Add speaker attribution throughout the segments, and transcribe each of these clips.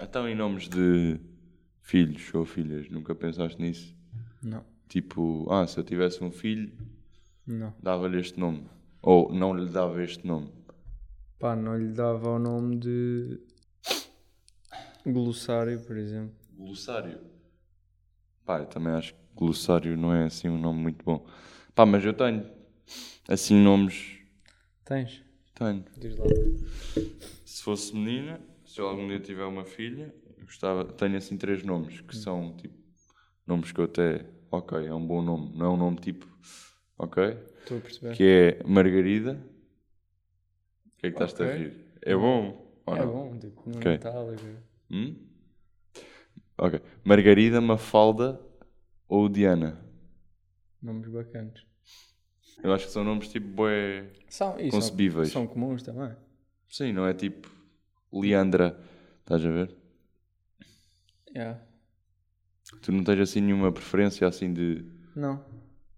Speaker 1: Então, em nomes de filhos ou filhas, nunca pensaste nisso?
Speaker 2: Não,
Speaker 1: Tipo, ah, se eu tivesse um filho,
Speaker 2: não.
Speaker 1: dava-lhe este nome. Ou não lhe dava este nome.
Speaker 2: Pá, não lhe dava o nome de. Glossário, por exemplo.
Speaker 1: Glossário. Pá, eu também acho que glossário não é assim um nome muito bom. Pá, mas eu tenho. Assim, nomes.
Speaker 2: Tens?
Speaker 1: Tenho.
Speaker 2: Diz lá.
Speaker 1: Se fosse menina, se eu algum dia tiver uma filha, eu gostava. Tenho assim três nomes que são tipo. Nomes que eu até. Ok, é um bom nome. Não é um nome tipo. Ok?
Speaker 2: Estou a perceber.
Speaker 1: Que é Margarida. O que é que estás a
Speaker 2: Ok.
Speaker 1: rir? É bom? Ou
Speaker 2: É
Speaker 1: não?
Speaker 2: bom, tipo, no
Speaker 1: Ok.
Speaker 2: Natal. e-
Speaker 1: Hum? Ok. Margarida, Mafalda ou Diana?
Speaker 2: Nomes bacanas.
Speaker 1: Eu acho que são nomes tipo bué...
Speaker 2: São, e
Speaker 1: Concebíveis.
Speaker 2: São, são comuns também.
Speaker 1: Sim, não é tipo Leandra. Estás a ver?
Speaker 2: Yeah.
Speaker 1: Tu não tens assim nenhuma preferência assim de...
Speaker 2: Não,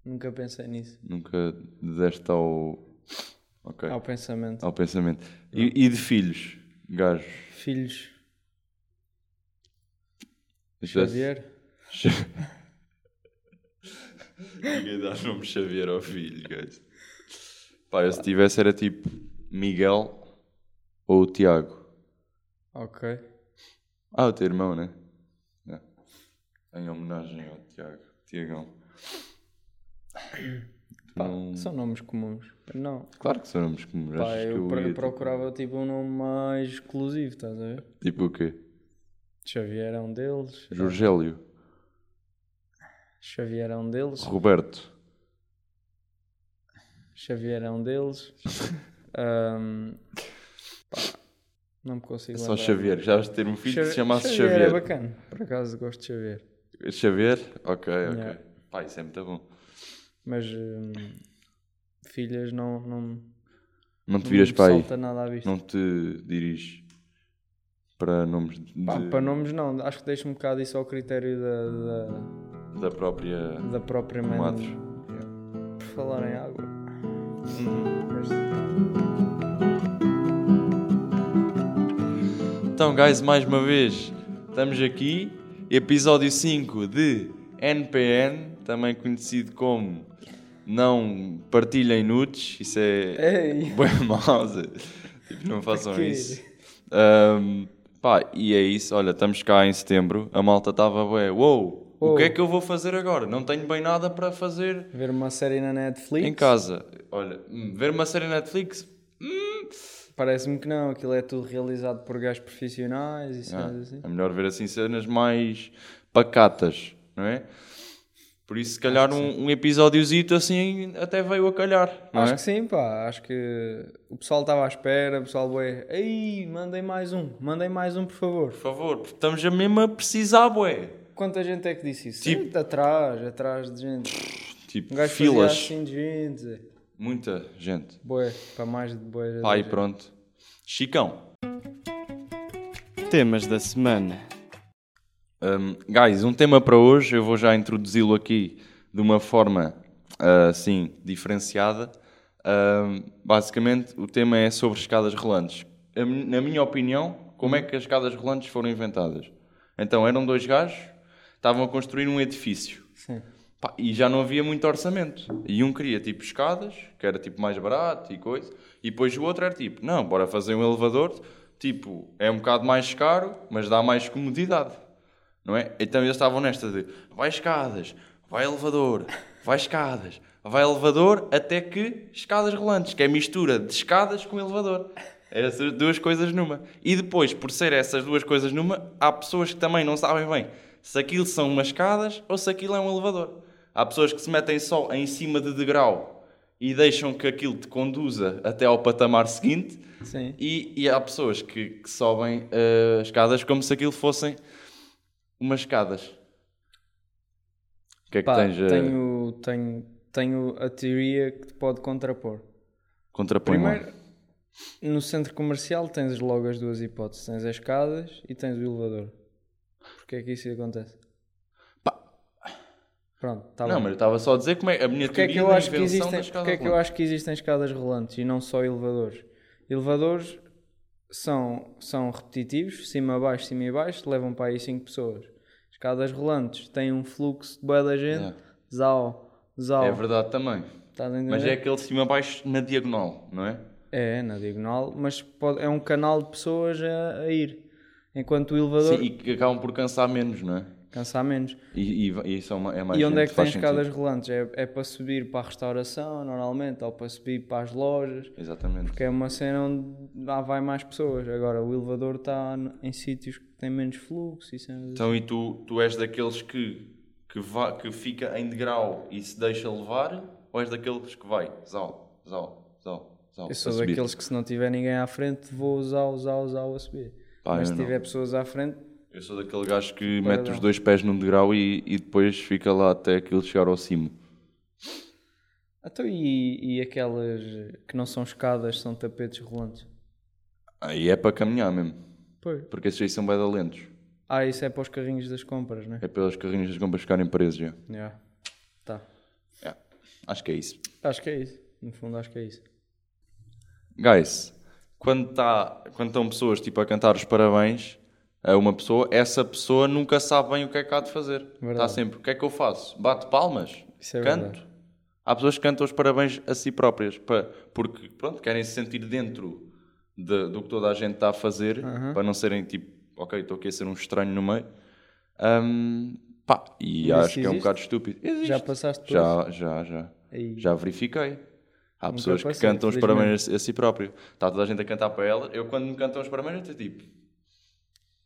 Speaker 2: nunca pensei nisso.
Speaker 1: Nunca deste ao... Ok.
Speaker 2: Ao pensamento.
Speaker 1: Ao pensamento. E, e de filhos? Gajos?
Speaker 2: Filhos, Xavier.
Speaker 1: Ninguém dá nome Xavier ao filho, gajo. Pá, eu se tivesse era tipo Miguel ou Tiago.
Speaker 2: Ok.
Speaker 1: Ah, o teu irmão, né? Não. Em homenagem ao Tiago. Tiagão.
Speaker 2: Pá,
Speaker 1: Não-
Speaker 2: São nomes comuns. Não.
Speaker 1: Claro que são nomes comuns.
Speaker 2: Pá,
Speaker 1: Achas que
Speaker 2: eu,
Speaker 1: eu
Speaker 2: pro-
Speaker 1: ia, tipo,
Speaker 2: procurava tipo um nome mais exclusivo, estás a ver?
Speaker 1: Tipo o quê?
Speaker 2: Xavier é um deles.
Speaker 1: Jorgélio.
Speaker 2: Xavier é um deles.
Speaker 1: Roberto.
Speaker 2: Xavier é um deles. Ahm, pá, não me
Speaker 1: É
Speaker 2: consigo
Speaker 1: só
Speaker 2: lembrar.
Speaker 1: Xavier. Já vais ter um filho que
Speaker 2: Xavi-
Speaker 1: se chamasse
Speaker 2: é
Speaker 1: Xavier.
Speaker 2: bacana. Por acaso gosto de Xavier.
Speaker 1: Xavier? Ok, ok.
Speaker 2: Yeah.
Speaker 1: Pá, isso é muito bom.
Speaker 2: Mas hum, filhas não, não,
Speaker 1: Não te
Speaker 2: não
Speaker 1: viras
Speaker 2: me
Speaker 1: para aí.
Speaker 2: salta nada à vista.
Speaker 1: Não te diriges para nomes de-
Speaker 2: Pá, para nomes não, acho que deixo um bocado isso ao critério da,
Speaker 1: da própria
Speaker 2: da, da própria mãe.
Speaker 1: madre.
Speaker 2: Por falar em água.
Speaker 1: Uhum. Então, guys, mais uma vez, estamos aqui. Episódio 5 de NPN, também conhecido como Não Partilhem Nudes. Isso é
Speaker 2: Ei!
Speaker 1: boa mouse. Tipo, não façam
Speaker 2: quê?
Speaker 1: isso. Ahm, pá, e é isso. Olha, estamos cá em setembro. A malta estava, ué, uou, o
Speaker 2: Uou.
Speaker 1: que é que eu vou fazer agora? Não tenho bem nada para fazer
Speaker 2: Ver uma série na Netflix?
Speaker 1: em casa. Olha, hum, ver uma série Netflix? Hum,
Speaker 2: Parece-me que não, aquilo é tudo realizado por gajos profissionais e
Speaker 1: Ah,
Speaker 2: cenas assim.
Speaker 1: É melhor ver assim cenas mais pacatas, não é? Por isso, se calhar, um, um episódiozito assim até veio a calhar. Não
Speaker 2: Acho
Speaker 1: é?
Speaker 2: que sim, pá. Acho que o pessoal estava à espera, o pessoal bué. Ei, mandem mais um, mandem mais um, por favor.
Speaker 1: Por favor, estamos a mesmo a precisar, bué.
Speaker 2: Quanta gente é que disse isso?
Speaker 1: Tipo-
Speaker 2: Sim, atrás, atrás de gente.
Speaker 1: Tipo,
Speaker 2: Um gajo fazia
Speaker 1: filas.
Speaker 2: assim de gente.
Speaker 1: Muita gente.
Speaker 2: Bué, para mais de bué.
Speaker 1: Pá, e pronto. Chicão.
Speaker 3: Temas da semana.
Speaker 1: Um, guys, um tema para hoje, eu vou já introduzi-lo aqui de uma forma ah, assim diferenciada. Um, basicamente, o tema é sobre escadas rolantes. A mi- na minha opinião, como é que as escadas rolantes foram inventadas? Então, eram dois gajos, estavam a construir um edifício.
Speaker 2: Sim.
Speaker 1: Pá, e já não havia muito orçamento. E um queria tipo escadas, que era tipo mais barato e coisa, e depois o outro era tipo, não, bora fazer um elevador, tipo, é um bocado mais caro, mas dá mais comodidade. Não é? Então eles estavam nesta de vai escadas, vai elevador, vai escadas, vai elevador, até que escadas rolantes, que é mistura de escadas com elevador. Essas duas coisas numa. E depois, por ser essas duas coisas numa, há pessoas que também não sabem bem se aquilo são umas escadas ou se aquilo é um elevador. Há pessoas que se metem só em cima de degrau e deixam que aquilo te conduza até ao patamar seguinte.
Speaker 2: Sim.
Speaker 1: E, e há pessoas que, que sobem eh, escadas como se aquilo fossem umas escadas. O que é que
Speaker 2: Pá,
Speaker 1: tens a
Speaker 2: tenho, tenho, tenho a teoria que te pode contrapor.
Speaker 1: contrapõe lá?
Speaker 2: Primeiro, no centro comercial tens logo as duas hipóteses: tens as escadas e tens o elevador. Porquê é que isso acontece? Pronto, tá está
Speaker 1: Não,
Speaker 2: bem.
Speaker 1: mas eu estava só a dizer como é a minha
Speaker 2: Porque é que
Speaker 1: teoria
Speaker 2: eu
Speaker 1: da
Speaker 2: acho que
Speaker 1: invenção
Speaker 2: existem,
Speaker 1: da escada
Speaker 2: porque é que eu
Speaker 1: rolante.
Speaker 2: acho que existem escadas rolantes e não só elevadores? Elevadores são, são repetitivos, cima a baixo, cima e baixo, levam para aí 5 pessoas. Escadas rolantes têm um fluxo de boa da gente,
Speaker 1: Yeah.
Speaker 2: zau, zau.
Speaker 1: É verdade também.
Speaker 2: Estás a
Speaker 1: Mas
Speaker 2: entender?
Speaker 1: é aquele cima-baixo na diagonal, não é?
Speaker 2: É, na diagonal, mas pode- é um canal de pessoas a, a ir. Enquanto o elevador
Speaker 1: Sim, e que acabam por cansar menos, não é?
Speaker 2: cansa menos.
Speaker 1: E, e- e isso é, uma- é mais
Speaker 2: E onde
Speaker 1: gente,
Speaker 2: é que tem
Speaker 1: faz
Speaker 2: escadas
Speaker 1: sentido.
Speaker 2: rolantes? É, é para subir para a restauração, normalmente, ou para subir para as lojas,
Speaker 1: Exatamente.
Speaker 2: porque é uma cena onde lá vai mais pessoas. Agora, o elevador está n- em sítios que têm menos fluxo e cenas assim.
Speaker 1: Então, e tu, tu és daqueles que, que, va- que fica em degrau e se deixa levar? Ou és daqueles que vai? Zau, zau, zau, zau.
Speaker 2: Eu sou
Speaker 1: a subir?
Speaker 2: daqueles que se não tiver ninguém à frente, vou usar, usar, usar a subir.
Speaker 1: Pá,
Speaker 2: Mas
Speaker 1: eu
Speaker 2: se
Speaker 1: não.
Speaker 2: tiver pessoas à frente,
Speaker 1: Eu sou daquele gajo que mete
Speaker 2: não.
Speaker 1: os dois pés num degrau e, e depois fica lá até aquilo chegar ao cimo.
Speaker 2: então e, e aquelas que não são escadas, são tapetes rolantes?
Speaker 1: Aí é para caminhar mesmo.
Speaker 2: Pois.
Speaker 1: Porque esses aí são bem lentos.
Speaker 2: Ah, isso é para os carrinhos das compras, né?
Speaker 1: É pelos carrinhos das compras ficarem presos já.
Speaker 2: Yeah. Tá.
Speaker 1: É. Acho que é isso.
Speaker 2: Acho que é isso. No fundo, acho que é isso.
Speaker 1: Guys, quando, tá, quando estão pessoas tipo a cantar os parabéns a uma pessoa, essa pessoa nunca sabe bem o que é que há de fazer. Está sempre, o que é que eu faço? Bato palmas?
Speaker 2: Isso é
Speaker 1: Canto?
Speaker 2: verdade.
Speaker 1: Há pessoas que cantam os parabéns a si próprias, pa- porque pronto, querem se sentir dentro de- do que toda a gente está a fazer, para não serem tipo, ok, estou aqui a ser um estranho no meio. Ahm, pá, e
Speaker 2: Mas
Speaker 1: acho que é um
Speaker 2: existe?
Speaker 1: bocado estúpido. Existe.
Speaker 2: Já passaste por
Speaker 1: Já,
Speaker 2: isso?
Speaker 1: já, já.
Speaker 2: Aí.
Speaker 1: Já verifiquei. Há pessoas que
Speaker 2: passei,
Speaker 1: cantam os
Speaker 2: felizmente.
Speaker 1: parabéns a si próprio. Está toda a gente a cantar para elas. Eu, quando me cantam os parabéns, estou tipo.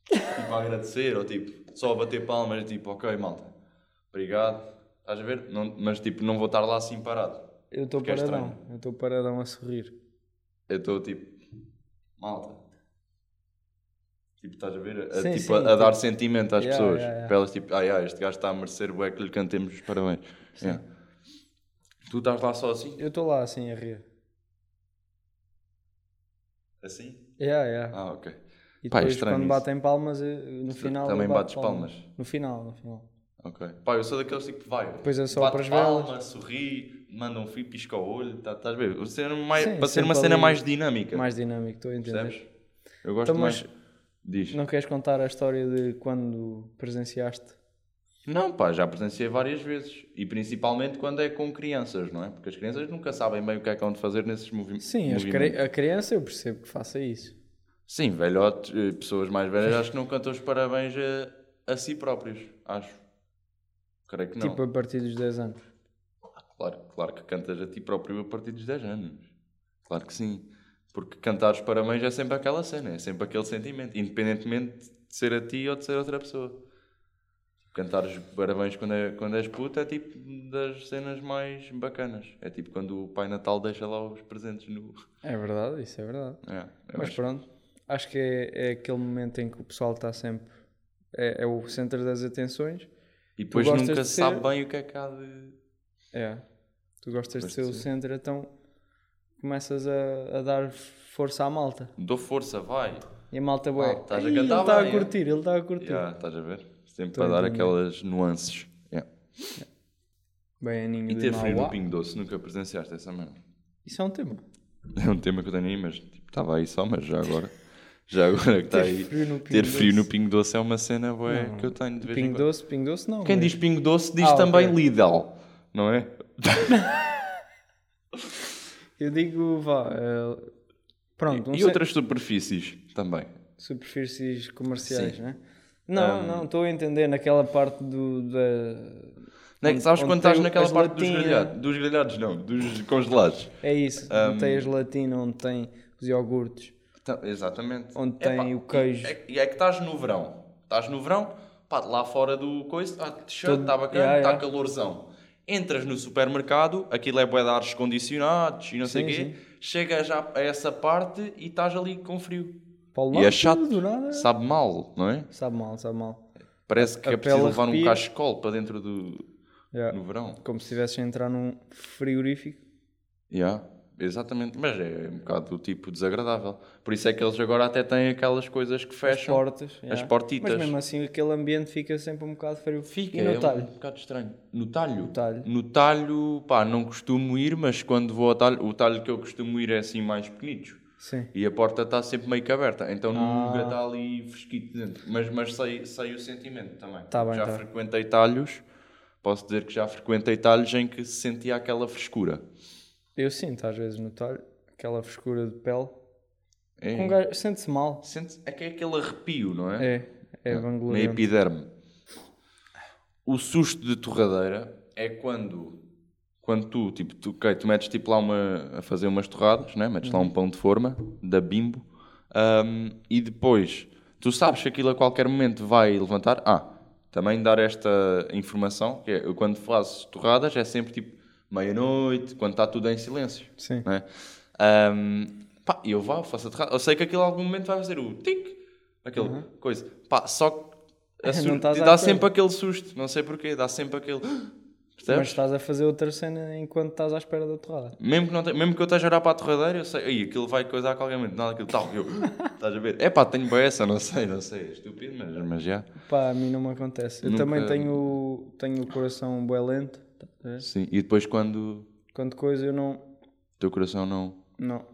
Speaker 1: tipo a agradecer, ou tipo, só a bater palmas, tipo, ok, malta, obrigado. Estás a ver? Não- mas tipo, não vou estar lá assim parado.
Speaker 2: Eu estou
Speaker 1: Porque é
Speaker 2: paradão. Eu estou paradão a sorrir.
Speaker 1: Eu estou tipo, malta. Tipo, estás a ver? A,
Speaker 2: Sim,
Speaker 1: tipo,
Speaker 2: sim,
Speaker 1: a, a dar
Speaker 2: tipo-
Speaker 1: sentimento às
Speaker 2: Yeah,
Speaker 1: pessoas.
Speaker 2: yeah, yeah.
Speaker 1: Para elas, tipo, ai, ai, este gajo está a merecer, bué, que lhe cantemos os parabéns. Yeah. Tu estás lá só assim?
Speaker 2: Eu estou lá assim a rir.
Speaker 1: Assim?
Speaker 2: Yeah, yeah.
Speaker 1: Ah, ok.
Speaker 2: E
Speaker 1: Pá, é
Speaker 2: depois,
Speaker 1: estranho
Speaker 2: quando
Speaker 1: isso.
Speaker 2: batem palmas, eu- no final. eu
Speaker 1: também
Speaker 2: bato
Speaker 1: bates palmas?
Speaker 2: No final, no final.
Speaker 1: Ok. Pá, eu sou daqueles tipo, vai.
Speaker 2: Depois é só
Speaker 1: bate
Speaker 2: para as
Speaker 1: palma, sorri, manda um fio, pisca o olho, tá- estás a ver? Ser mais-
Speaker 2: Sim,
Speaker 1: para ser uma
Speaker 2: sempre
Speaker 1: cena
Speaker 2: ali-
Speaker 1: mais dinâmica.
Speaker 2: Mais dinâmico, estou a entender.
Speaker 1: percebes? Eu gosto
Speaker 2: Então, mas-
Speaker 1: mais. Diz. Não.
Speaker 2: Não queres contar a história de quando presenciaste?
Speaker 1: pá, já presenciei várias vezes. E principalmente quando é com crianças, não é? Porque as crianças nunca sabem bem o que é que hão de fazer nesses movi
Speaker 2: Sim, as
Speaker 1: movimentos.
Speaker 2: cri- a criança eu percebo que faça isso.
Speaker 1: Sim, velhote, eh, pessoas mais velhas, acho que não cantam os parabéns eh, a, a si próprios. Acho. Creio que não.
Speaker 2: Tipo a partir dos 10 anos.
Speaker 1: Claro, claro que cantas a ti próprio a partir dos 10 anos. Claro que sim. Porque cantar os parabéns é sempre aquela cena, é sempre aquele sentimento, independentemente de ser a ti ou de ser outra pessoa. Tipo, Cantar os parabéns quando, é, quando és puto é tipo das cenas mais bacanas. É tipo quando o Pai Natal deixa lá os presentes no.
Speaker 2: É verdade, isso é verdade.
Speaker 1: É, eu
Speaker 2: Mas
Speaker 1: acho-
Speaker 2: pronto, acho que é, é aquele momento em que o pessoal está sempre. É, é o centro das atenções.
Speaker 1: E depois
Speaker 2: gostas
Speaker 1: nunca
Speaker 2: de
Speaker 1: se
Speaker 2: ser-
Speaker 1: sabe bem o que é que há de.
Speaker 2: É. Tu gostas de
Speaker 1: Gosto
Speaker 2: ser
Speaker 1: de
Speaker 2: o centro, então começas a, a dar força à malta.
Speaker 1: Dou força, vai!
Speaker 2: E a malta
Speaker 1: Ah,
Speaker 2: boé.
Speaker 1: estás a
Speaker 2: ele
Speaker 1: cantar
Speaker 2: está a
Speaker 1: bem, é?"
Speaker 2: curtir, ele está a curtir.
Speaker 1: Yeah, estás a ver? Sempre
Speaker 2: Estou
Speaker 1: para dar
Speaker 2: a entender.
Speaker 1: aquelas nuances. Yeah.
Speaker 2: Bem, aninho
Speaker 1: E
Speaker 2: de
Speaker 1: ter frio no
Speaker 2: Mauá.
Speaker 1: Pingo Doce, nunca presenciaste essa merda.
Speaker 2: Isso é um tema.
Speaker 1: É um tema que eu tenho aí, mas tipo, estava aí só, mas já agora. Já agora que está
Speaker 2: Ter
Speaker 1: aí.
Speaker 2: frio no Pingo
Speaker 1: ter frio no
Speaker 2: Doce.
Speaker 1: Pingo Doce é uma cena bué,
Speaker 2: Não,
Speaker 1: que eu tenho de vez em
Speaker 2: Pingo
Speaker 1: é, quando.
Speaker 2: doce, pingo doce não.
Speaker 1: Quem
Speaker 2: mas-
Speaker 1: diz Pingo Doce diz
Speaker 2: Ah, ok.
Speaker 1: também Lidl, não é?
Speaker 2: Eu digo, vá. eh, pronto, um
Speaker 1: e
Speaker 2: ce-
Speaker 1: outras superfícies também.
Speaker 2: superfícies comerciais, né?
Speaker 1: Um,
Speaker 2: Não, não, estou a entender naquela parte do. Da...
Speaker 1: Não é que sabes
Speaker 2: um onde
Speaker 1: quando
Speaker 2: tem
Speaker 1: estás
Speaker 2: o-
Speaker 1: naquela
Speaker 2: a
Speaker 1: parte dos
Speaker 2: gelatina.
Speaker 1: grelhados? Um, Dos grelhados, não, dos congelados.
Speaker 2: É isso, onde tem a gelatina, onde tem os iogurtes.
Speaker 1: Então, exatamente.
Speaker 2: Onde tem o queijo.
Speaker 1: E é, e é que estás no verão. Estás no verão, pá, lá fora do coisa, ah, t-shirt,
Speaker 2: Todo-
Speaker 1: está bacana, está
Speaker 2: Yeah, yeah.
Speaker 1: calorzão. Entras no supermercado, aquilo é bué de ares condicionados e não sei o
Speaker 2: Sim,
Speaker 1: quê. Chegas já a essa parte e estás ali com frio.
Speaker 2: Para o
Speaker 1: e é
Speaker 2: lado,
Speaker 1: chato.
Speaker 2: do nada.
Speaker 1: Sabe mal, não é?
Speaker 2: Sabe mal, sabe mal.
Speaker 1: Parece que
Speaker 2: A
Speaker 1: é preciso
Speaker 2: pele
Speaker 1: levar um
Speaker 2: arrepia.
Speaker 1: cachecol para dentro do...
Speaker 2: Yeah.
Speaker 1: no verão.
Speaker 2: Como se estivesse a entrar num frigorífico.
Speaker 1: Yeah, exatamente. Mas é um bocado do tipo desagradável. Por isso é que eles agora até têm aquelas coisas que fecham.
Speaker 2: Portas. yeah.
Speaker 1: portitas.
Speaker 2: Mas mesmo assim, aquele ambiente fica sempre um bocado frio.
Speaker 1: Fica,
Speaker 2: E no
Speaker 1: é um
Speaker 2: talho.
Speaker 1: bocado estranho. No talho? No
Speaker 2: talho.
Speaker 1: talho, pá, não costumo ir, mas quando vou ao talho, o talho que eu costumo ir é assim mais pequenito.
Speaker 2: Sim.
Speaker 1: E a porta está sempre meio que aberta, então
Speaker 2: Ah.
Speaker 1: nunca está ali fresquito dentro. Mas, mas sei, sei o sentimento também.
Speaker 2: Tá bem,
Speaker 1: já
Speaker 2: tá bem.
Speaker 1: frequentei talhos, posso dizer que já frequentei talhos em que se sentia aquela frescura.
Speaker 2: Eu sinto às vezes no talho aquela frescura de pele.
Speaker 1: É,
Speaker 2: Um gajo sente-se mal.
Speaker 1: Sente- é que é aquele arrepio, não é?
Speaker 2: É, é
Speaker 1: Na
Speaker 2: vangloriante.
Speaker 1: epiderme. O susto de torradeira é quando, quando tu, tipo, tu, ok, tu metes tipo lá uma, a fazer umas torradas, né? metes lá um pão de forma da bimbo ahm, e depois tu sabes que aquilo a qualquer momento vai levantar. Ah, também dar esta informação, que é eu quando faço torradas é sempre tipo meia-noite, quando está tudo em silêncio
Speaker 2: Sim.
Speaker 1: né? Ahm, pá, eu vá, faço a terra- Eu sei que aquilo em algum momento vai fazer o tic, aquele coisa. Pá, só que a
Speaker 2: Uhum. Não
Speaker 1: su-
Speaker 2: estás à
Speaker 1: dá
Speaker 2: espera.
Speaker 1: sempre aquele susto, não sei porquê, dá sempre aquele.
Speaker 2: Mas tá.
Speaker 1: Percebes?
Speaker 2: estás a fazer outra cena enquanto estás à espera da torrada.
Speaker 1: Mesmo, que não te- mesmo que eu esteja a olhar para a torradeira, eu sei, "Ei, aquilo vai coisar a qualquer momento, nada, aquilo tal, eu, estás a ver? É pá, tenho bem essa, não sei, não sei, é estúpido, mas, mas já.
Speaker 2: Pá, a mim não me acontece. Eu
Speaker 1: Nunca-
Speaker 2: também tenho, tenho o coração bué lento. tá a ver?
Speaker 1: Sim, e depois quando
Speaker 2: Quando coisa eu não...
Speaker 1: o teu coração não.
Speaker 2: Não.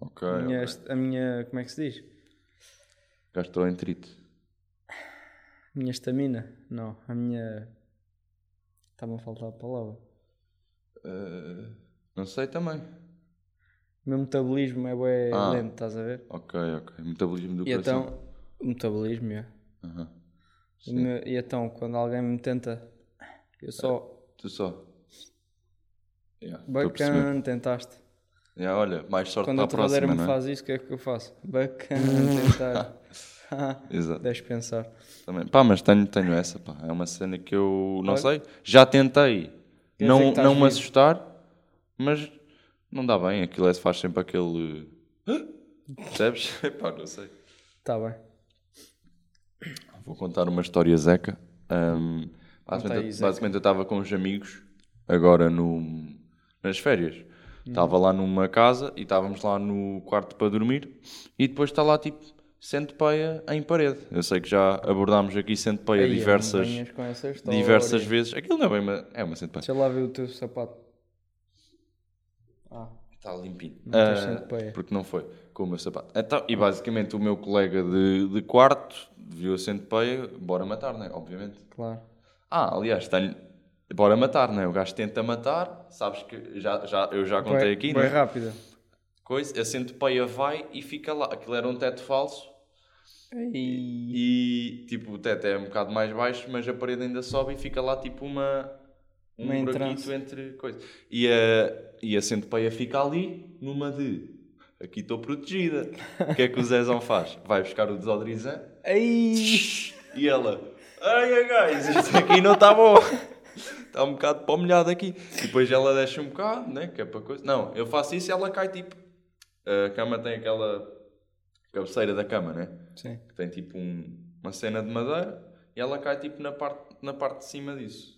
Speaker 1: Ok,
Speaker 2: A minha,
Speaker 1: ok.
Speaker 2: est- a minha... Como é que se diz?
Speaker 1: gastroenterite.
Speaker 2: A minha estamina. Não. A minha... Está-me a faltar a palavra.
Speaker 1: Eh, não sei também.
Speaker 2: O meu metabolismo é bué
Speaker 1: Ah.
Speaker 2: lento, estás a ver?
Speaker 1: Ok, ok. Metabolismo do
Speaker 2: E
Speaker 1: coração.
Speaker 2: então... O metabolismo, é.
Speaker 1: Aham.
Speaker 2: O meu- E então, quando alguém me tenta... Eu só...
Speaker 1: Tu só. Yeah, estou a perceber.
Speaker 2: Bacana, tentaste.
Speaker 1: Yeah, olha, mais sorte
Speaker 2: Quando
Speaker 1: para
Speaker 2: a
Speaker 1: a próxima,
Speaker 2: torradeira me
Speaker 1: não é?
Speaker 2: faz isso, o que é que eu faço? Bacana, tentar.
Speaker 1: Exato,
Speaker 2: Deixa pensar.
Speaker 1: também. Pá, mas tenho, tenho essa, pá. É uma cena que eu não
Speaker 2: Olha.
Speaker 1: sei. Já tentei
Speaker 2: Quer dizer que
Speaker 1: não,
Speaker 2: estás
Speaker 1: não me
Speaker 2: vivo.
Speaker 1: assustar, mas não dá bem. Aquilo é, faz sempre aquele... Percebes? Pá, não sei.
Speaker 2: Está Tá bem.
Speaker 1: Vou contar uma história zeca. Ahm, basicamente,
Speaker 2: aí, Zeca.
Speaker 1: basicamente eu estava com uns amigos, agora no, nas férias.
Speaker 2: Hum.
Speaker 1: Estava lá numa casa e estávamos lá no quarto para dormir e depois está lá tipo centopeia em parede. Eu sei que já abordámos aqui centopeia
Speaker 2: Aí,
Speaker 1: É diversas,
Speaker 2: não venhas com essa história.
Speaker 1: diversas vezes. Aquilo não é bem uma, é uma centopeia.
Speaker 2: Deixa lá ver o teu sapato. Ah,
Speaker 1: Está limpinho.
Speaker 2: Não tens
Speaker 1: Ah,
Speaker 2: centopeia.
Speaker 1: porque não foi com o meu sapato. Então, e basicamente o meu colega de, de quarto viu a centopeia, bora matar, né? Obviamente.
Speaker 2: claro.
Speaker 1: Ah, aliás, tenho... Bora matar, não é? O gajo tenta matar, sabes que já, já, eu já contei
Speaker 2: Bué-
Speaker 1: aqui,
Speaker 2: bué
Speaker 1: não é?
Speaker 2: rápida.
Speaker 1: Coisa, a centopeia vai e fica lá. Aquilo era um teto falso
Speaker 2: E...
Speaker 1: e, tipo, o teto é um bocado mais baixo, mas a parede ainda sobe e fica lá, tipo, uma... Um
Speaker 2: Uma
Speaker 1: buraquito
Speaker 2: entrança.
Speaker 1: entre coisas. E a, e a centopeia fica ali, numa de... Aqui estou protegida. O que é que o Zezão faz? Vai buscar o desodorizante
Speaker 2: Aí!
Speaker 1: E ela, ai guys, isto aqui não está bom. Está um bocado para o molhado aqui. E depois ela deixa um bocado, né? Que é para coisa. Não, eu faço isso e ela cai tipo. A cama tem aquela cabeceira da cama, né?
Speaker 2: Sim.
Speaker 1: Que tem tipo um- uma cena de madeira e ela cai tipo na parte, na parte de cima disso.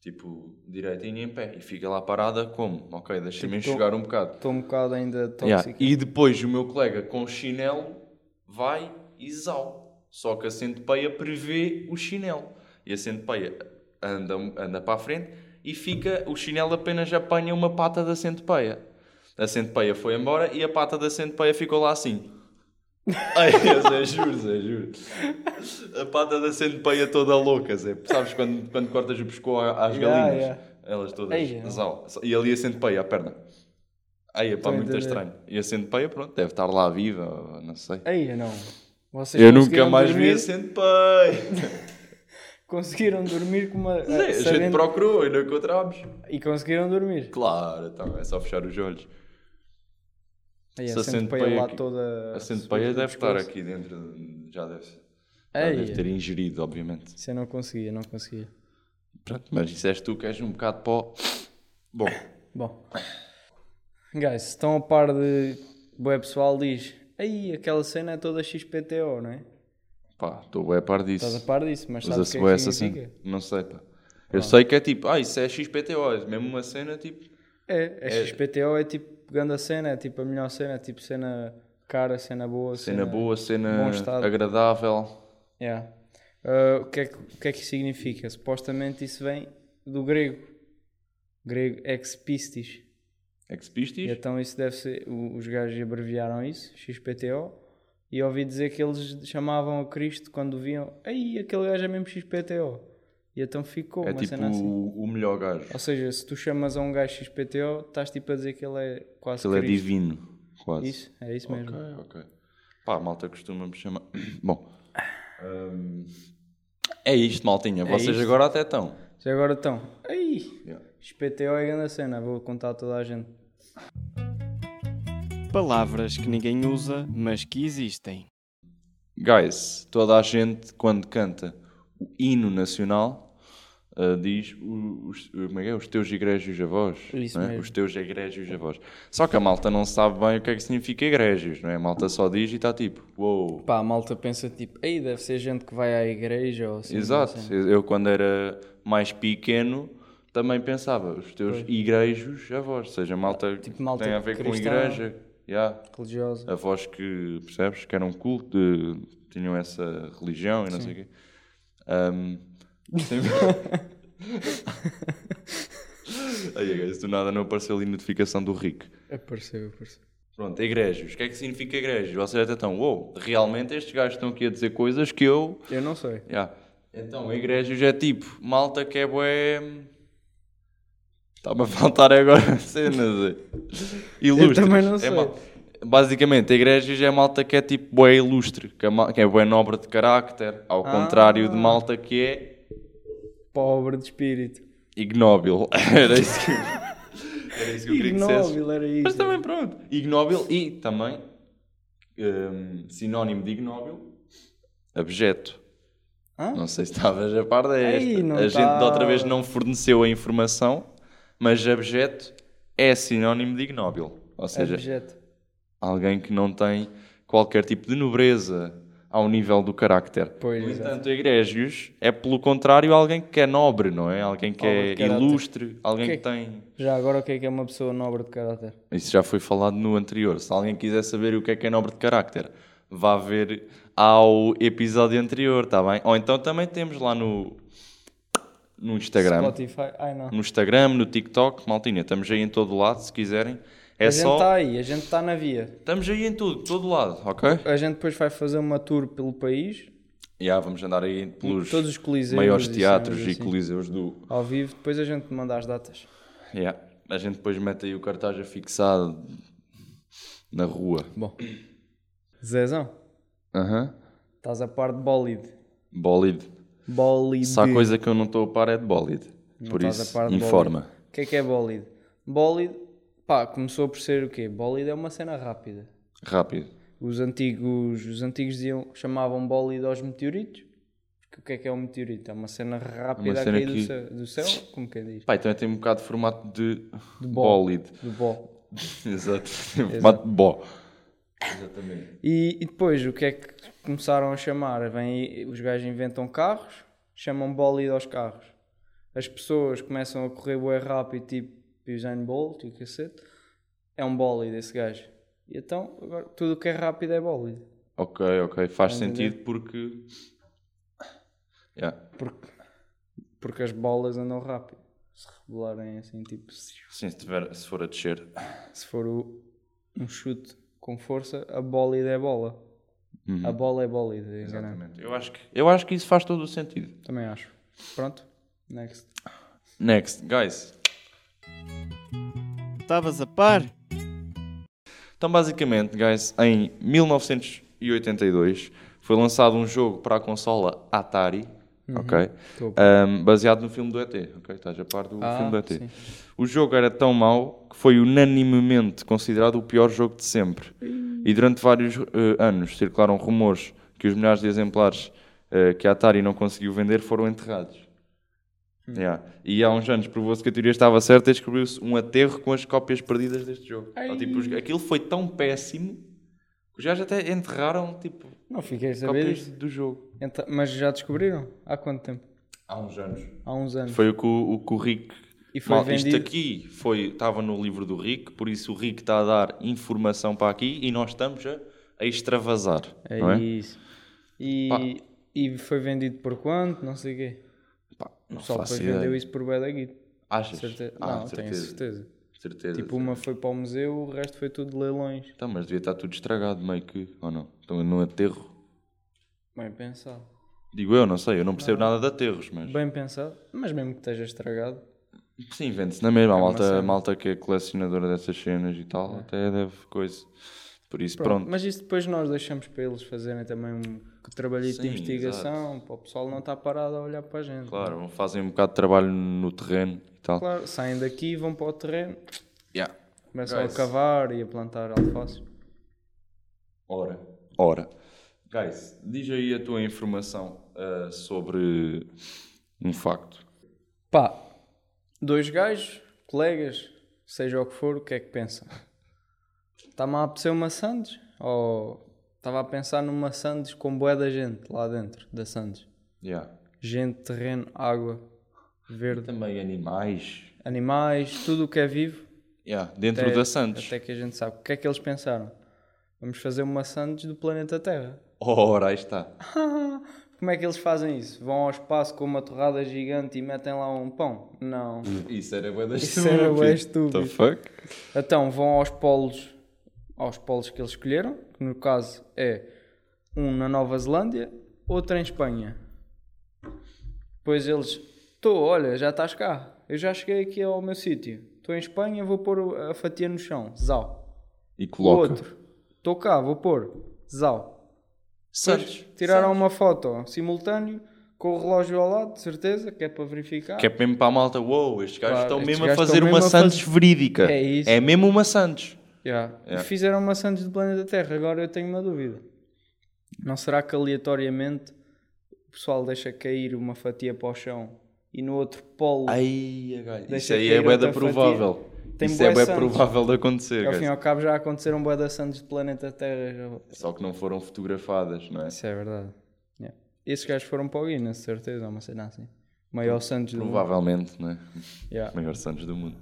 Speaker 1: Tipo, direitinho em pé. E fica lá parada como? Ok, deixa-me
Speaker 2: Tipo,
Speaker 1: enxugar um bocado.
Speaker 2: Estou um bocado ainda
Speaker 1: Yeah,
Speaker 2: tóxico.
Speaker 1: E depois o meu colega com chinelo vai e zau. Só que a centopeia prevê o chinelo. E a centopeia anda, anda para a frente e fica. O chinelo apenas apanha uma pata da centopeia. A centopeia foi embora e a pata da centopeia ficou lá assim. Ai, eu sei, juro, Zé, juro. A pata da centopeia toda louca, Zé. Sabes quando, quando cortas o pescoço às
Speaker 2: Yeah,
Speaker 1: galinhas?
Speaker 2: yeah.
Speaker 1: Elas todas.
Speaker 2: Ei, eu-
Speaker 1: zau. E ali a centopeia, a perna. Aí, pá,
Speaker 2: a
Speaker 1: muito
Speaker 2: entender.
Speaker 1: estranho. E a centopeia, pronto, deve estar lá viva, ou não sei.
Speaker 2: Aí, não. Vocês
Speaker 1: Eu nunca
Speaker 2: conseguiram
Speaker 1: mais vi
Speaker 2: dormir,
Speaker 1: a centopeia.
Speaker 2: Conseguiram dormir com uma...
Speaker 1: Zé, a gente
Speaker 2: sabendo-
Speaker 1: procurou e não encontramos.
Speaker 2: E conseguiram dormir.
Speaker 1: Claro, então é só fechar os olhos.
Speaker 2: Aí,
Speaker 1: Se
Speaker 2: a
Speaker 1: a
Speaker 2: centopeia
Speaker 1: centopeia
Speaker 2: lá
Speaker 1: aqui-
Speaker 2: toda...
Speaker 1: A centopeia deve estar
Speaker 2: pescoço.
Speaker 1: aqui dentro, já deve, já
Speaker 2: Ei,
Speaker 1: deve ter ingerido, obviamente.
Speaker 2: Isso eu não conseguia, não conseguia.
Speaker 1: Pronto, mas disseste tu que és um bocado pó. Bom,
Speaker 2: Bom. Guys, se estão a par de. Boé pessoal diz. Aí, aquela cena é toda XPTO, não é?
Speaker 1: pá, estou bem a par disso.
Speaker 2: Estás a par disso, mas sabes
Speaker 1: Usa-se
Speaker 2: o que
Speaker 1: bué
Speaker 2: é que
Speaker 1: essa
Speaker 2: significa?
Speaker 1: assim? Não sei, pá. Eu sei que é tipo, ah, isso é XPTO, é mesmo uma cena tipo.
Speaker 2: É, é XPTO é tipo pegando a cena, é tipo a melhor cena, é tipo cena cara, cena boa,
Speaker 1: Cena boa,
Speaker 2: bom
Speaker 1: cena
Speaker 2: estado.
Speaker 1: agradável.
Speaker 2: Yeah. Ah, o, que é que, o que é que isso significa? Supostamente isso vem do grego. Grego ex pistis.
Speaker 1: É
Speaker 2: E
Speaker 1: Expistis?
Speaker 2: então isso deve ser. o- Os gajos abreviaram isso, XPTO, e ouvi dizer que eles chamavam a Cristo quando o viam, ei, aquele gajo é mesmo XPTO. E então ficou
Speaker 1: É
Speaker 2: uma
Speaker 1: tipo
Speaker 2: cena assim.
Speaker 1: o, o melhor gajo.
Speaker 2: Ou seja, se tu chamas a um gajo XPTO, estás tipo a dizer que ele é quase
Speaker 1: Ele é
Speaker 2: Cristo.
Speaker 1: divino, quase.
Speaker 2: Isso, é isso
Speaker 1: Ok,
Speaker 2: mesmo.
Speaker 1: Ah, ok. Pá, a malta costuma-me chamar. Bom. hum, é isto, maltinha. Vocês
Speaker 2: isto.
Speaker 1: agora até estão.
Speaker 2: Já agora estão. Ei! XPTO é grande a cena, vou contar a toda a gente.
Speaker 3: Palavras que ninguém usa, mas que existem.
Speaker 1: Guys, toda a gente, quando canta o hino nacional, ah, diz o- os, como é que é? os teus egrégios avós.
Speaker 2: Isso
Speaker 1: não é?
Speaker 2: mesmo.
Speaker 1: Os teus egrégios avós. Só que a malta não sabe bem o que é que significa egrégios, não é? A malta só diz e está tipo, uou.
Speaker 2: Pá, a malta pensa tipo, ei, deve ser gente que vai à igreja ou assim.
Speaker 1: Exato.
Speaker 2: assim.
Speaker 1: Eu, eu, quando era mais pequeno, também pensava, os teus igrejos, avós, seja, malta,
Speaker 2: Tipo
Speaker 1: que
Speaker 2: malta
Speaker 1: tem a ver com
Speaker 2: cristã.
Speaker 1: igreja. Yeah.
Speaker 2: Religiosa.
Speaker 1: Avós que, percebes, que eram culto, de- tinham essa religião e não sei o quê. Ahm, sempre- Aí, guys, do nada não apareceu ali notificação do Rick.
Speaker 2: Apareceu, apareceu.
Speaker 1: Pronto, egrégios. O que é que significa egrégios? Vocês até estão, uou, realmente estes gajos estão aqui a dizer coisas que eu
Speaker 2: Eu não sei.
Speaker 1: Yeah. Então, igrejas é tipo, malta que é bué... Está-me a faltar agora cenas. eh. Ilustres.
Speaker 2: também não
Speaker 1: É
Speaker 2: sei.
Speaker 1: mal- Basicamente, igrejas é malta que é tipo bué ilustre, que é, mal- que é bué nobre de carácter, ao
Speaker 2: Ah.
Speaker 1: contrário de malta que é
Speaker 2: Pobre de espírito.
Speaker 1: ignóbil. Era isso que, era isso que eu queria que dissesse.
Speaker 2: Ignóbil era isso.
Speaker 1: Mas também pronto, ignóbil é e também hum, sinónimo de ignóbil, abjeto.
Speaker 2: Hã?
Speaker 1: Não sei se estavas a par desta.
Speaker 2: Ei, não tá.
Speaker 1: a gente da outra vez
Speaker 2: estava.
Speaker 1: não forneceu a informação, mas abjeto é sinónimo de ignóbil. Ou seja,
Speaker 2: Abjeto.
Speaker 1: alguém que não tem qualquer tipo de nobreza ao nível do carácter.
Speaker 2: Pois,
Speaker 1: no
Speaker 2: exato.
Speaker 1: entanto, egrégios é, pelo contrário, alguém que é nobre, não é? Alguém que
Speaker 2: Nobre de
Speaker 1: é
Speaker 2: caráter.
Speaker 1: ilustre, alguém
Speaker 2: Que- é
Speaker 1: que tem...
Speaker 2: Já agora o que é que é uma pessoa nobre de caráter?
Speaker 1: Isso já foi falado no anterior. Se alguém quiser saber o que é que é nobre de carácter, vá ver ao episódio anterior, está bem? Ou então também temos lá no, no Instagram.
Speaker 2: Spotify. Ai não.
Speaker 1: No Instagram, no TikTok, Maltinha, estamos aí em todo lado, se quiserem. É
Speaker 2: a gente tá-
Speaker 1: só.
Speaker 2: está aí, a gente está na via.
Speaker 1: Estamos aí em tudo, todo lado, ok?
Speaker 2: A gente depois vai fazer uma tour pelo país,
Speaker 1: Já vamos andar aí pelos
Speaker 2: todos os coliseus.
Speaker 1: maiores
Speaker 2: e
Speaker 1: teatros e
Speaker 2: cenas assim,
Speaker 1: coliseus do,
Speaker 2: Ao vivo, depois a gente manda as datas.
Speaker 1: Yeah. A gente depois mete aí o cartaz afixado na rua.
Speaker 2: Bom. Zezão,
Speaker 1: Aham.
Speaker 2: estás a par de Bolide.
Speaker 1: Bólide.
Speaker 2: Bolide.
Speaker 1: Se há coisa que eu não estou a par é de bólide. Por
Speaker 2: estás a
Speaker 1: isso,
Speaker 2: par de
Speaker 1: informa.
Speaker 2: O que é que é Bolide? Bolide, pá, começou por ser o quê? Bolide é uma cena rápida.
Speaker 1: Rápido.
Speaker 2: Os antigos, os antigos diziam, chamavam bólido aos meteoritos. Porque o que é que é um meteorito? É uma cena rápida
Speaker 1: Uma cena
Speaker 2: a cair
Speaker 1: que-
Speaker 2: do, céu, do céu, como quem diz?
Speaker 1: Pá, então tem um bocado de formato de,
Speaker 2: bó.
Speaker 1: bólide.
Speaker 2: Do bó.
Speaker 1: Exato. um formato de bó. Exatamente.
Speaker 2: E, e depois, o que é que começaram a chamar? Vem, aí- os gajos inventam carros, chamam bólido aos carros. As pessoas começam a correr bué rápido, tipo Usain Bolt e o cacete. É um bólido esse gajo. E então, agora, tudo o que é rápido é bólido.
Speaker 1: Ok, ok. Faz sentido porque. Yeah.
Speaker 2: Porque, porque as bolas andam rápido. Se rebolarem assim, tipo...
Speaker 1: Sim, se, tiver, se for a descer.
Speaker 2: se for o- um chute com força, a bólida é bola. A bola é bólida, enganei.
Speaker 1: Eu acho, que, eu acho que isso faz todo o sentido.
Speaker 2: Também acho. Pronto, next.
Speaker 1: Next, guys.
Speaker 3: Estavas a par?
Speaker 1: Então, basicamente, guys, em 1982 foi lançado um jogo para a consola Atari,
Speaker 2: Uhum.
Speaker 1: ok?
Speaker 2: Tô.
Speaker 1: Um, baseado no filme do ET, ok? Estás a par do
Speaker 2: Ah,
Speaker 1: filme do ET.
Speaker 2: sim.
Speaker 1: O jogo era tão mau que foi unanimemente considerado o pior jogo de sempre. E durante vários eh, anos circularam rumores que os milhares de exemplares eh, que a Atari não conseguiu vender foram enterrados. Yeah. E há uns anos provou-se que a teoria estava certa e descobriu-se um aterro com as cópias perdidas deste jogo. Ou, tipo, os- aquilo foi tão péssimo que os gajos até enterraram tipo,
Speaker 2: Não fiquei a saber
Speaker 1: cópias
Speaker 2: disso.
Speaker 1: do jogo.
Speaker 2: Então- mas já descobriram? Há quanto tempo?
Speaker 1: Há uns anos.
Speaker 2: Há uns anos.
Speaker 1: Foi o que o, o que o Rick.
Speaker 2: E foi
Speaker 1: isto
Speaker 2: vendido?
Speaker 1: aqui foi, estava no livro do Rick, por isso o Rick está a dar informação para aqui e nós estamos a, a extravasar.
Speaker 2: É
Speaker 1: não é?
Speaker 2: isso. E, e foi vendido por quanto? Não sei o quê.
Speaker 1: Pá,
Speaker 2: O
Speaker 1: não
Speaker 2: pessoal
Speaker 1: faço
Speaker 2: depois
Speaker 1: ideia.
Speaker 2: vendeu isso por bué da guita.
Speaker 1: Achas?
Speaker 2: Certeza.
Speaker 1: Ah,
Speaker 2: não, tenho
Speaker 1: certeza.
Speaker 2: certeza.
Speaker 1: Certeza.
Speaker 2: Tipo, uma foi para o museu, o resto foi tudo de leilões.
Speaker 1: Tá, mas devia estar tudo estragado, meio que. Ou não? Estão num aterro.
Speaker 2: Bem pensado.
Speaker 1: Digo eu, não sei, eu não percebo nada de aterros, mas.
Speaker 2: Bem pensado, mas mesmo que esteja estragado.
Speaker 1: Sim, vende-se na mesma. A
Speaker 2: uma
Speaker 1: malta,
Speaker 2: cena. É.
Speaker 1: a malta que é colecionadora dessas cenas e tal, até deve coisa. Por isso,
Speaker 2: Pronto,
Speaker 1: pronto.
Speaker 2: Mas isso depois nós deixamos para eles fazerem também um trabalho
Speaker 1: Sim,
Speaker 2: de investigação, para o pessoal não estar parado a olhar para a gente.
Speaker 1: Claro, fazem um bocado de trabalho no terreno e tal.
Speaker 2: Claro, saem daqui, vão para o terreno,
Speaker 1: Yeah.
Speaker 2: começam
Speaker 1: Guys.
Speaker 2: a cavar e a plantar alface.
Speaker 1: Ora. Ora. Guys, diz aí a tua informação ah, sobre um facto.
Speaker 2: Pá, dois gajos, colegas, seja o que for, o que é que pensam? Está-me a apetecer uma Sandes? Ou estava a pensar numa Sandes com bué da gente lá dentro da Sandes?
Speaker 1: Yeah.
Speaker 2: Gente, terreno, água, verde,
Speaker 1: Também animais.
Speaker 2: animais, tudo o que é vivo.
Speaker 1: Yeah. Dentro da Santos.
Speaker 2: Até que a gente sabe. O que é que eles pensaram? Vamos fazer uma Sandes do planeta Terra.
Speaker 1: Ora, aí está.
Speaker 2: Como é que eles fazem isso? Vão ao espaço com uma torrada gigante e metem lá um pão? Não.
Speaker 1: Isso era bué da
Speaker 2: Isso era bué estúpido.
Speaker 1: The fuck?
Speaker 2: Então vão aos polos, aos polos que eles escolheram, que no caso é um na Nova Zelândia, outro em Espanha. Depois eles, estou, olha, já estás cá, eu já cheguei aqui ao meu sítio, estou em Espanha, vou pôr o- a fatia no chão, zau.
Speaker 1: E
Speaker 2: O
Speaker 1: coloca.
Speaker 2: outro, estou cá, vou pôr, zau. Depois
Speaker 1: Santos.
Speaker 2: tiraram uma foto simultâneo com o relógio ao lado, de certeza, que é para verificar.
Speaker 1: Que é mesmo para a malta, wow, estes gajos
Speaker 2: Claro,
Speaker 1: estão
Speaker 2: estes
Speaker 1: mesmo a
Speaker 2: gajos
Speaker 1: fazer
Speaker 2: estão
Speaker 1: uma
Speaker 2: mesmo a
Speaker 1: Santos verídica.
Speaker 2: É isso.
Speaker 1: É mesmo uma Santos.
Speaker 2: Yeah. E
Speaker 1: Yeah.
Speaker 2: Fizeram maçãs do planeta Terra. Agora eu tenho uma dúvida. Não será que aleatoriamente o pessoal deixa cair uma fatia para o chão e no outro polo,
Speaker 1: Ai, gajo, isso
Speaker 2: Deixa
Speaker 1: aí
Speaker 2: cair
Speaker 1: é bué da
Speaker 2: outra
Speaker 1: provável.
Speaker 2: Tem
Speaker 1: isso
Speaker 2: bué
Speaker 1: é bué
Speaker 2: Santos.
Speaker 1: provável de acontecer,
Speaker 2: ao
Speaker 1: gajo.
Speaker 2: fim e ao cabo já aconteceram bué da Santos do planeta Terra. já-
Speaker 1: Só que não foram fotografadas, não é?
Speaker 2: Isso é verdade. Yeah. Esses gajos foram para o Guinness, de certeza, uma cena assim.
Speaker 1: Hum,
Speaker 2: Maior Santos do mundo.
Speaker 1: Provavelmente, não é?
Speaker 2: Yeah.
Speaker 1: Maior Santos do mundo.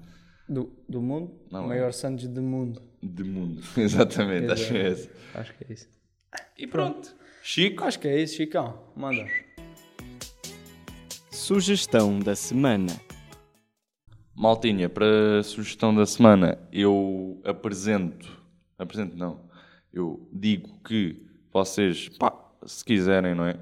Speaker 2: Do, do mundo?
Speaker 1: Não, é.
Speaker 2: Maior Santos do mundo.
Speaker 1: De mundo, exatamente, acho que é essa.
Speaker 2: Acho que é isso.
Speaker 1: E pronto. Chico,
Speaker 2: Acho que é isso, Chicão. Manda.
Speaker 3: Sugestão da semana.
Speaker 1: Maltinha, para a sugestão da semana, eu apresento, apresento não, eu digo que vocês, pá, se quiserem, não é?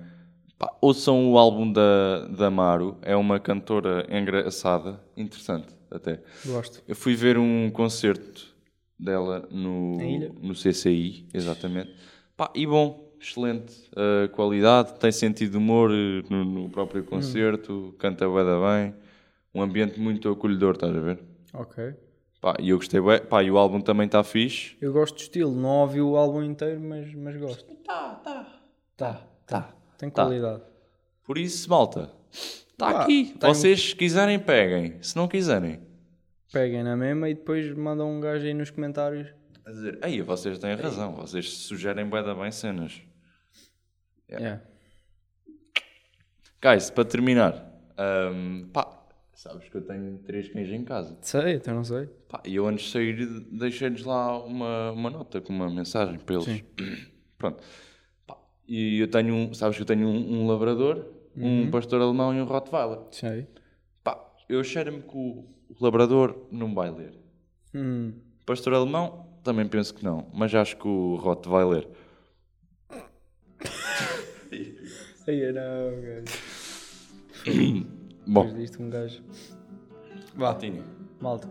Speaker 1: Pá, ouçam o álbum da, da Maru, é uma cantora engraçada, interessante até.
Speaker 2: Gosto.
Speaker 1: Eu fui ver um concerto dela no,
Speaker 2: Na ilha?
Speaker 1: no CCI, exatamente. Pá, e bom, excelente uh, qualidade, tem sentido de humor uh, no, no próprio concerto, canta bué da bem, um ambiente muito acolhedor, estás a ver?
Speaker 2: Ok.
Speaker 1: Pá, e eu gostei bué, pá, e o álbum também está fixe.
Speaker 2: Eu gosto do estilo, não ouvi o álbum inteiro, mas, mas gosto. Tá, tá. Tá, tá. Tem qualidade.
Speaker 1: Por isso, malta, está
Speaker 2: Pá,
Speaker 1: aqui.
Speaker 2: tem-
Speaker 1: Vocês, se quiserem, peguem. Se não quiserem,
Speaker 2: Peguem na mesma e depois mandam um gajo aí nos comentários.
Speaker 1: a dizer, aí vocês têm razão, vocês sugerem bué da bem cenas.
Speaker 2: Yeah.
Speaker 1: Guys, para terminar, ahm, pá, sabes que eu tenho três cães em casa.
Speaker 2: Sei, então não sei.
Speaker 1: Pá, e eu antes de sair deixei-lhes lá uma, uma nota com uma mensagem para eles. Pronto. Pá, e eu tenho, um, sabes que eu tenho um, um labrador, um pastor alemão e um Rottweiler.
Speaker 2: Sei.
Speaker 1: Pá, eu cheiro-me que o, o labrador não vai ler.
Speaker 2: Hum.
Speaker 1: Pastor alemão, também penso que não, mas acho que o Rottweiler.
Speaker 2: Aí não, gajo. Depois
Speaker 1: Bom,
Speaker 2: disto um gajo. Vá,
Speaker 1: Batinho,
Speaker 2: malta.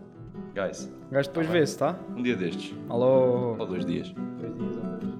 Speaker 1: guys,
Speaker 2: O gajo depois vê-se, tá?
Speaker 1: um dia destes,
Speaker 2: Alô.
Speaker 1: ou dois dias.
Speaker 2: Dois dias ou é três.